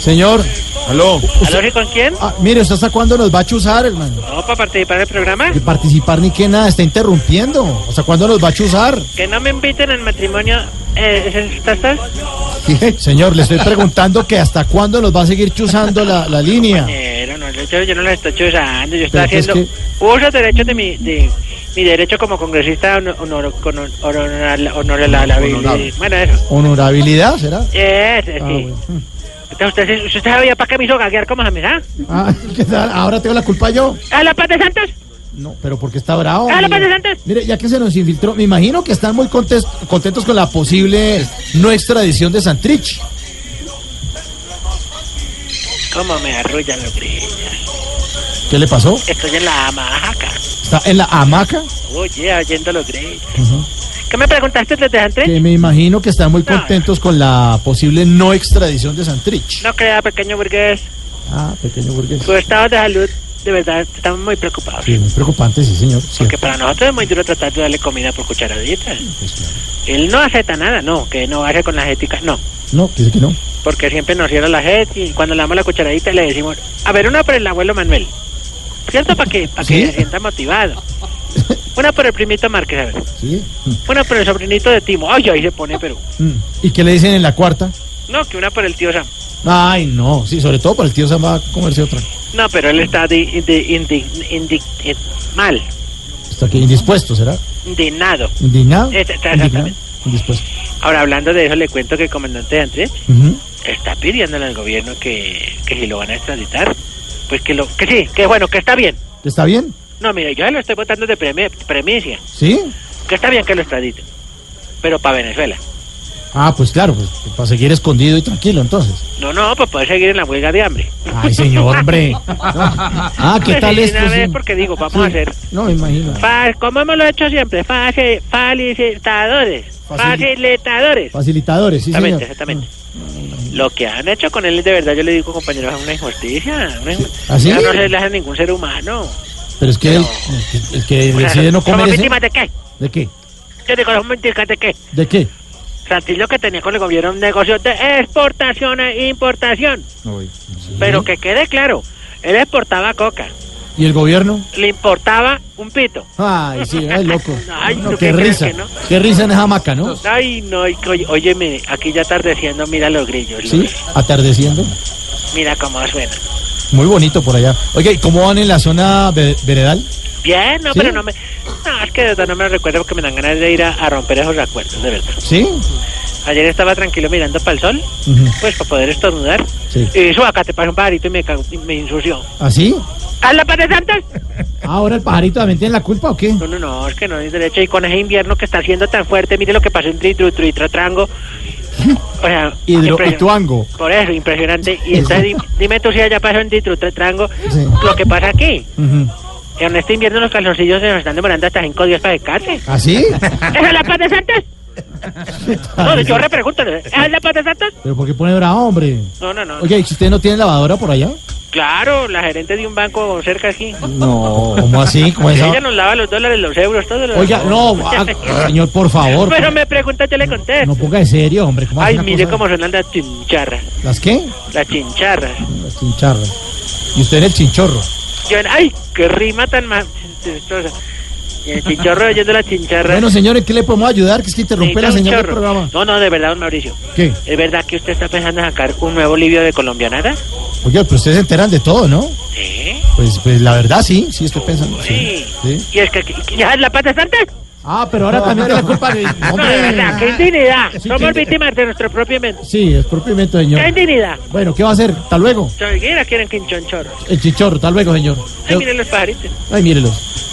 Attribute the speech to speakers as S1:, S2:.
S1: Señor,
S2: Aló,
S3: ¿Aló, sí, con quién?
S1: ah, mire, ¿usted hasta cuándo nos va a chuzar, hermano?
S3: No, para participar del programa.
S1: De participar ni que nada, está interrumpiendo. ¿Hasta cuándo nos va a chuzar?
S3: Que no me inviten al matrimonio. Eh, ¿es- ¿Estás? estás?
S1: Sí, Señor, le estoy preguntando que hasta cuándo nos va a seguir chuzando la, la línea.
S3: Pero Eh, no, yo, yo no la estoy chuzando. Yo
S1: Pero
S3: estoy
S1: que es
S3: haciendo uso derecho de mi, de mi derecho como congresista honor, honor, con honor, honor, la, la- Bueno, eso.
S1: Honorabilidad, ¿será?
S3: Eh, sí.
S1: Ah, bueno.
S3: Entonces, usted, usted sabía para qué me hizo gaguear como James, ¿ah?
S1: Ah, ¿qué tal? Ahora tengo la culpa yo.
S3: ¿A la paz de Santos?
S1: No, pero porque está bravo.
S3: Ah, lo
S1: mire.
S3: pensé antes.
S1: Mire, ya que se nos infiltró, me imagino que están muy contes- contentos con la posible no extradición de Santrich.
S3: ¿Cómo me arrullan los grillos?
S1: ¿Qué le pasó?
S3: Estoy en la hamaca.
S1: ¿Está en la hamaca?
S3: Oye, oyendo los grillos. ¿Qué me preguntaste desde antes?
S1: Que me imagino que están muy contentos con la posible no extradición de Santrich.
S3: No Pues, crea, pequeño burgués.
S1: Ah, pequeño burgués.
S3: Tu estado de salud, de verdad, estamos muy preocupados.
S1: Sí, muy preocupante, sí, señor. Sí,
S3: Porque para nosotros es muy duro tratar de darle comida por cucharaditas.
S1: pues, claro.
S3: Él no acepta nada, no, que no hace con las éticas, no.
S1: No, dice que no.
S3: Porque siempre nos cierra la jet y cuando le damos la cucharadita le decimos, a ver, una para el abuelo Manuel. ¿Cierto? Para que, para
S1: ¿Sí?
S3: que se sienta motivado. Una por el primito Márquez, a ver.
S1: Sí.
S3: Una por el sobrinito de Timo. Ay, ahí se pone Perú.
S1: Mm. ¿Y qué le dicen en la cuarta?
S3: No, que una por el tío Sam.
S1: Ay, no, sí, sobre todo para el tío Sam va a comerse otra.
S3: No, pero él está de, de- indig- indig- eh, mal,
S1: Está que indispuesto, ¿será?
S3: indignado.
S1: Indignado.
S3: Este- este-
S1: Indignado.
S3: exactamente.
S1: Indispuesto.
S3: Ahora, hablando de eso, le cuento que el comandante Andrés
S1: Ujú.
S3: está pidiéndole al gobierno que, que si lo van a extraditar, pues que lo que sí, que bueno, que está bien.
S1: ¿Está bien?
S3: No, mire, yo ya lo estoy votando de premi- premicia,
S1: ¿Sí?
S3: que está bien que lo extraditen, pero para Venezuela.
S1: Ah, pues claro, pues para seguir escondido y tranquilo, entonces.
S3: No, no, pues poder seguir en la huelga de hambre.
S1: Ay, señor, hombre. Ah, ¿qué
S3: Pues
S1: tal
S3: sí,
S1: esto?
S3: una vez,
S1: sí?
S3: porque digo, vamos
S1: Sí.
S3: a hacer
S1: No, me imagino.
S3: fa- como hemos lo hecho siempre, Fase- facilitadores,
S1: Facili-
S3: facilitadores.
S1: Facilitadores, sí, señor. Ah,
S3: Exactamente, exactamente. Lo que han hecho con él, de verdad, yo le digo, compañeros, es una injusticia. una injusticia.
S1: ¿Ah, sí?
S3: No se le hace a ningún ser humano.
S1: Pero es que el, el que
S3: O sea,
S1: decide no
S3: ¿Somos
S1: comer ese...
S3: víctimas de qué?
S1: ¿De qué?
S3: Yo digo, ¿somos víctimas de qué?
S1: ¿De qué?
S3: Santillo que tenía con el gobierno un negocio de exportación e importación. Pero que quede claro, él exportaba coca,
S1: ¿Y el gobierno?
S3: le importaba un pito.
S1: Ay, sí, ay, loco.
S3: Ay,
S1: No,
S3: ¿tú
S1: qué
S3: qué crees
S1: risa.
S3: que no?
S1: Qué risa en esa hamaca, ¿no?
S3: Ay, no, y que- oye, óyeme, aquí ya atardeciendo, mira los grillos.
S1: Sí,
S3: Luis.
S1: atardeciendo.
S3: Mira cómo suena.
S1: Muy bonito por allá. Oye, ¿y cómo van en la zona ve- veredal?
S3: Bien, no,
S1: ¿Sí?
S3: pero no me... No, es que de verdad no me lo recuerdo porque me dan ganas de ir a, a romper esos acuerdos, de verdad.
S1: ¿Sí?
S3: Ayer estaba tranquilo mirando para el sol,
S1: Ujú.
S3: pues para poder estornudar.
S1: Mm. Sí.
S3: Y eso acá te pasa un pajarito y me, ca- y me ensució.
S1: ¿Así?
S3: ¿A la pared Santos?
S1: ¿Ahora el pajarito también tiene la culpa o qué?
S3: No, no, no, es que no es derecho. Y con ese invierno que está haciendo tan fuerte, mire lo que pasó en Tritritritratrango. O sea,
S1: Hidro,
S3: impresion-
S1: Ituango.
S3: Por eso, impresionante. Y entonces, di- dime tú si allá pasó en Tritritratrango
S1: Sí.
S3: lo que pasa aquí.
S1: Ujú.
S3: En este invierno los calzoncillos se nos están demorando hasta cinco días para secarse.
S1: ¿Así?
S3: ¿Esa es la paz de Santos?
S1: Ah,
S3: No, yo repregunto, ¿esa es la paz de Santos?
S1: Pero ¿por qué pone bravo, hombre?
S3: No, no, no.
S1: Oye, ¿y si usted no tiene lavadora por allá?
S3: Claro, la gerente de un banco cerca aquí.
S1: No. Oh, ¿Cómo así? ¿Cómo esa-
S3: Ella nos lava los dólares, los euros, todo. lo-
S1: Oiga, no, ah, señor, por favor. pues.
S3: Pero me pregunta, yo le conté.
S1: No ponga de serio, hombre. ¿cómo hace
S3: Ay,
S1: una
S3: mire
S1: cosa-
S3: cómo suenan las chincharras.
S1: ¿Las qué?
S3: Las chincharras.
S1: Las chincharras. Y usted en el chinchorro.
S3: Yo, ay, qué rima tan más. Y el chinchorro oyendo las chincharras.
S1: Bueno, señores, ¿qué le podemos ayudar? Que es que interrumpe
S3: Necesita
S1: la
S3: un
S1: señal del
S3: chorro.
S1: programa.
S3: No, no, de verdad, don Mauricio.
S1: ¿Qué?
S3: ¿Es verdad que usted está pensando en sacar un nuevo libro de colombianada?
S1: Oye, pero ustedes se enteran de todo, ¿no?
S3: Sí.
S1: Pues, pues la verdad sí, sí estoy pensando. Sí. sí.
S3: ¿Y es que que- ya es la pata santa?
S1: Ah, pero ahora también tiene la culpa de...
S3: No, de verdad, qué
S1: Hombre.
S3: indignidad.
S1: Sí,
S3: Somos
S1: que-
S3: víctimas de nuestro propio mente.
S1: Sí, es propiamente, señor.
S3: Qué indignidad.
S1: Bueno, ¿qué va a hacer? Hasta luego.
S3: Choguera quieren que un chonchorro.
S1: El chinchorro, hasta luego, señor.
S3: Ay, miren los pajaritos.
S1: Ay, mírelos.